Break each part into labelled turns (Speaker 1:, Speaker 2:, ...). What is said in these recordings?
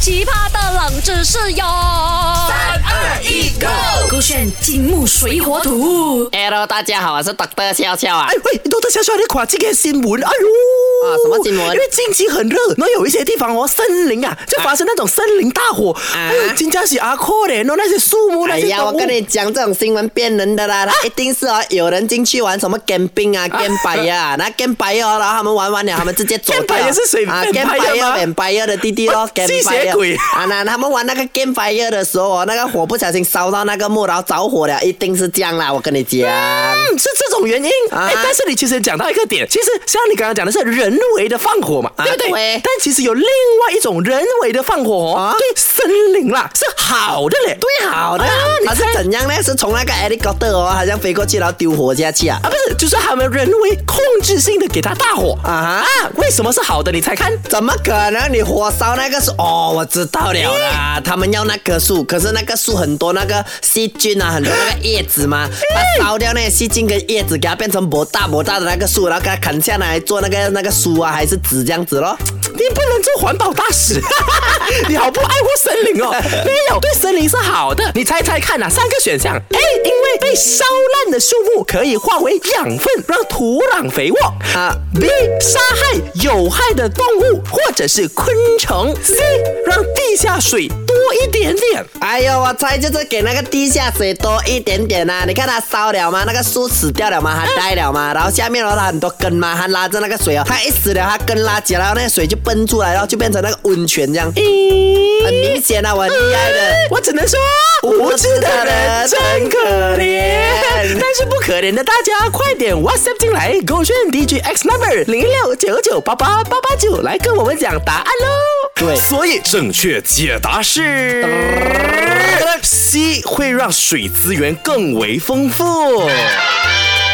Speaker 1: 奇葩的冷知识哟！三
Speaker 2: 二一，Go！
Speaker 1: 勾选金木水火土。
Speaker 3: Hello，大家好，我是 Doctor 笑笑啊
Speaker 2: 哎。喂，多特小小你垮这个新闻，哎呦！
Speaker 3: 啊什么新闻
Speaker 2: 因为近期很热，然后有一些地方哦，森林啊，就发生那种森林大火，哎呦，金家喜阿阔嘞，然后那些树木那
Speaker 3: 啊哎
Speaker 2: 些
Speaker 3: 呀，我
Speaker 2: 动物
Speaker 3: 跟你讲，这种新闻骗人的啦，那一定是哦，有人进去玩什么 camping 啊，camping 啊，那 camping 哦，然后他们玩完了，他们直接走掉。
Speaker 2: Campfire 是谁
Speaker 3: 啊
Speaker 2: Vampire 吗，
Speaker 3: ，camping，camping 的弟弟 咯
Speaker 2: 吸血鬼
Speaker 3: camping 啊，那他们玩那个 camping 的时候哦，那个火不小心烧到那个木，然后着火了，一定是这样啦，我跟 你讲。
Speaker 2: 嗯，是这种原因。哎、
Speaker 3: 啊
Speaker 2: 但是你其实讲到一个点，其实像你刚刚讲的是人为的放火嘛，
Speaker 3: 啊
Speaker 2: 对不对？
Speaker 3: 对
Speaker 2: 但其实有另外一种人为的放火哦，
Speaker 3: 啊
Speaker 2: 对森林啦是好的嘞，
Speaker 3: 对，好的
Speaker 2: 啊，你
Speaker 3: 它是
Speaker 2: 看
Speaker 3: 怎样呢？是从那个 helicopter 哦，好像飞过去，然后丢火下去啊
Speaker 2: 啊，。不是，就是他们人为控制性的给它大火啊
Speaker 3: 啊
Speaker 2: 为什么是好的？你猜看，
Speaker 3: 怎么可能？你火烧那个树？哦，我知道了啦，他们要那棵树，可是那棵树很多那个细菌啊，很多那个叶子嘛，它烧掉那些细菌跟叶子，给它变成博大博大的那个树，然后给它砍下来做那个那个书啊，还是纸这样子咯。
Speaker 2: 你不能做环保大使， 你好不爱护森林哦。没有，对森林是好的。你猜猜看呐、三个选项，A，因为被烧烂的树木可以化为养分，让土壤肥沃
Speaker 3: 啊
Speaker 2: ；B，杀害有害的动物或者是昆虫；C，让地下水多一点点。
Speaker 3: 哎呦，我猜就是给那个地下水多一点点啊！你看它烧了吗？那个树死掉了吗？它呆了吗？然后下面哦，它很多根嘛，它拉着那个水哦，它一死了，它根拉起来，然后那个水就奔出来，然后就变成那个温泉这样，
Speaker 2: 咦
Speaker 3: 很明显啊，我很厉害的。
Speaker 2: 我只能说，无知的人真可怜。但是不可怜的大家，快点 WhatsApp 进来，勾选 DGX number 零六九九八八八八九，来跟我们讲答案喽。
Speaker 3: 对
Speaker 2: 所以正确解答是 C，会让水资源更为丰富。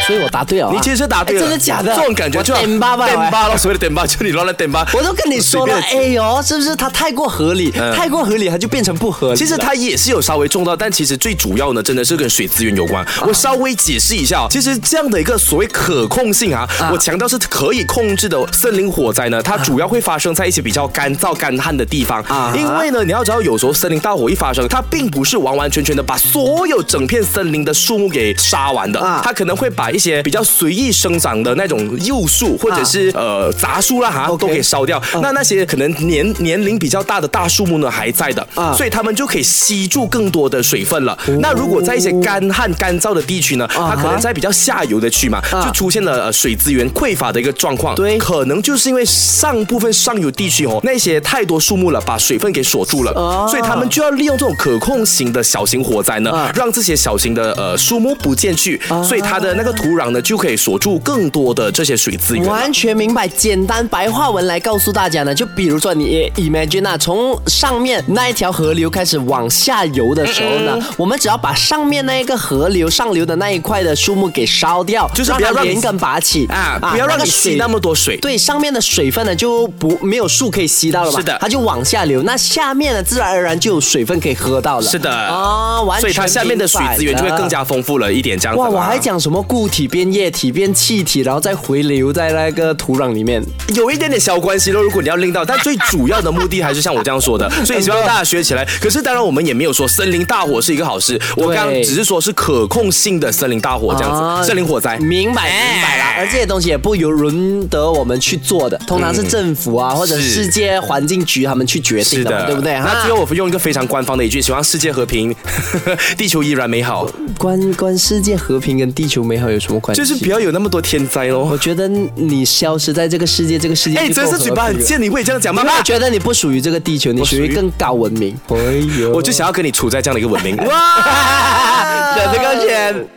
Speaker 3: 所以我答对了啊、
Speaker 2: 你其实答对
Speaker 3: 哎
Speaker 2: 了，
Speaker 3: 真的假的？
Speaker 2: 这种感觉就
Speaker 3: 我点八吧，
Speaker 2: 点
Speaker 3: 我。
Speaker 2: 八了，所谓的点八就你乱来点八。
Speaker 3: 我都跟你说了，
Speaker 2: 我随便嗯
Speaker 3: 哎呦，是不是它太过合理？太过合理，它就变成不合理了。
Speaker 2: 其实它也是有稍微重到，但其实最主要呢，真的是跟水资源有关。
Speaker 3: 啊
Speaker 2: 我稍微解释一下哦，其实这样的一个所谓可控性啊，我强调是可以控制的森林火灾呢，它主要会发生在一些比较干燥、干旱的地方
Speaker 3: 啊
Speaker 2: 因为呢，你要知道，有时候森林大火一发生，它并不是完完全全的把所有整片森林的树木给杀完的
Speaker 3: 啊，
Speaker 2: 它可能会把一些比较随意生长的那种幼树或者是呃杂树啦哈，
Speaker 3: 啊 OK 嗯
Speaker 2: 都给烧掉。那那些可能年年龄比较大的大树木呢还在的，
Speaker 3: 啊哦
Speaker 2: 所以它们就可以吸住更多的水分了。那如果在一些干旱干燥的地区呢，
Speaker 3: 啊哈
Speaker 2: 它可能在比较下游的区嘛，
Speaker 3: 啊
Speaker 2: 就出现了呃水资源匮乏的一个状况。
Speaker 3: 对
Speaker 2: 可能就是因为上部分上游地区哦，那些太多树木了，把水分给锁住了，
Speaker 3: 哦
Speaker 2: 所以他们就要利用这种可控型的小型火灾呢，
Speaker 3: 啊
Speaker 2: 让这些小型的呃树木不见去，所以它的那个土壤呢就可以锁住更多的这些水资源了。
Speaker 3: 完全明白，简单白话文来告诉大家呢，就比如说你 imagine 啊，从上面那一条河流开始往下游的时候呢，
Speaker 2: 嗯
Speaker 3: 我们只要把上面那一个河流上流的那一块的树木给烧掉，
Speaker 2: 就是
Speaker 3: 让
Speaker 2: 不要
Speaker 3: 它
Speaker 2: 让你
Speaker 3: 连根拔起
Speaker 2: 啊，不要让
Speaker 3: 那
Speaker 2: 你
Speaker 3: 个水
Speaker 2: 吸那么多水。
Speaker 3: 对，上面的水分呢就不没有树可以吸到了嘛，
Speaker 2: 是的
Speaker 3: 它就往下流，那下面呢自然而然就有水分可以喝到了，
Speaker 2: 是的
Speaker 3: 啊、完全，
Speaker 2: 所以它下面的水资源就会更。加丰富了一点，这样子
Speaker 3: 哇，
Speaker 2: 啦。
Speaker 3: 我还讲什么固体变液体变气体，然后再回流在那个土壤里面。
Speaker 2: 有一点点小关系咯，如果你要令到，但最主要的目的还是像我这样说的，所以希望大家学起来。可是当然我们也没有说森林大火是一个好事，我刚
Speaker 3: 对
Speaker 2: 只是说是可控性的森林大火这样
Speaker 3: 啊
Speaker 2: 子，森林火灾。
Speaker 3: 明白
Speaker 2: 哎
Speaker 3: 明白啦，而这些东西也不由轮得我们去做的，通常是政府啊、或者
Speaker 2: 嗯是
Speaker 3: 世界环境局他们去决定
Speaker 2: 是
Speaker 3: 的嘛，
Speaker 2: 的，
Speaker 3: 对不对？
Speaker 2: 那最后我用一个非常官方的一句，希望世界和平，地球依然美好，
Speaker 3: 关关世界和平跟地球美好有什么关系？
Speaker 2: 就是不要有那么多天灾
Speaker 3: 我
Speaker 2: 咯。
Speaker 3: 觉得你消失在这个世界，这个世界
Speaker 2: 哎，
Speaker 3: 就
Speaker 2: 真
Speaker 3: 够
Speaker 2: 是嘴巴
Speaker 3: 和
Speaker 2: 很
Speaker 3: 平了
Speaker 2: 贱，你会这样讲吗？
Speaker 3: 因为
Speaker 2: 妈
Speaker 3: 我觉得你不属于这个地球，你属于
Speaker 2: 属于
Speaker 3: 更高文明。哎呦
Speaker 2: 我就想要跟你处在这样的一个文明。哇，
Speaker 3: 选这个选。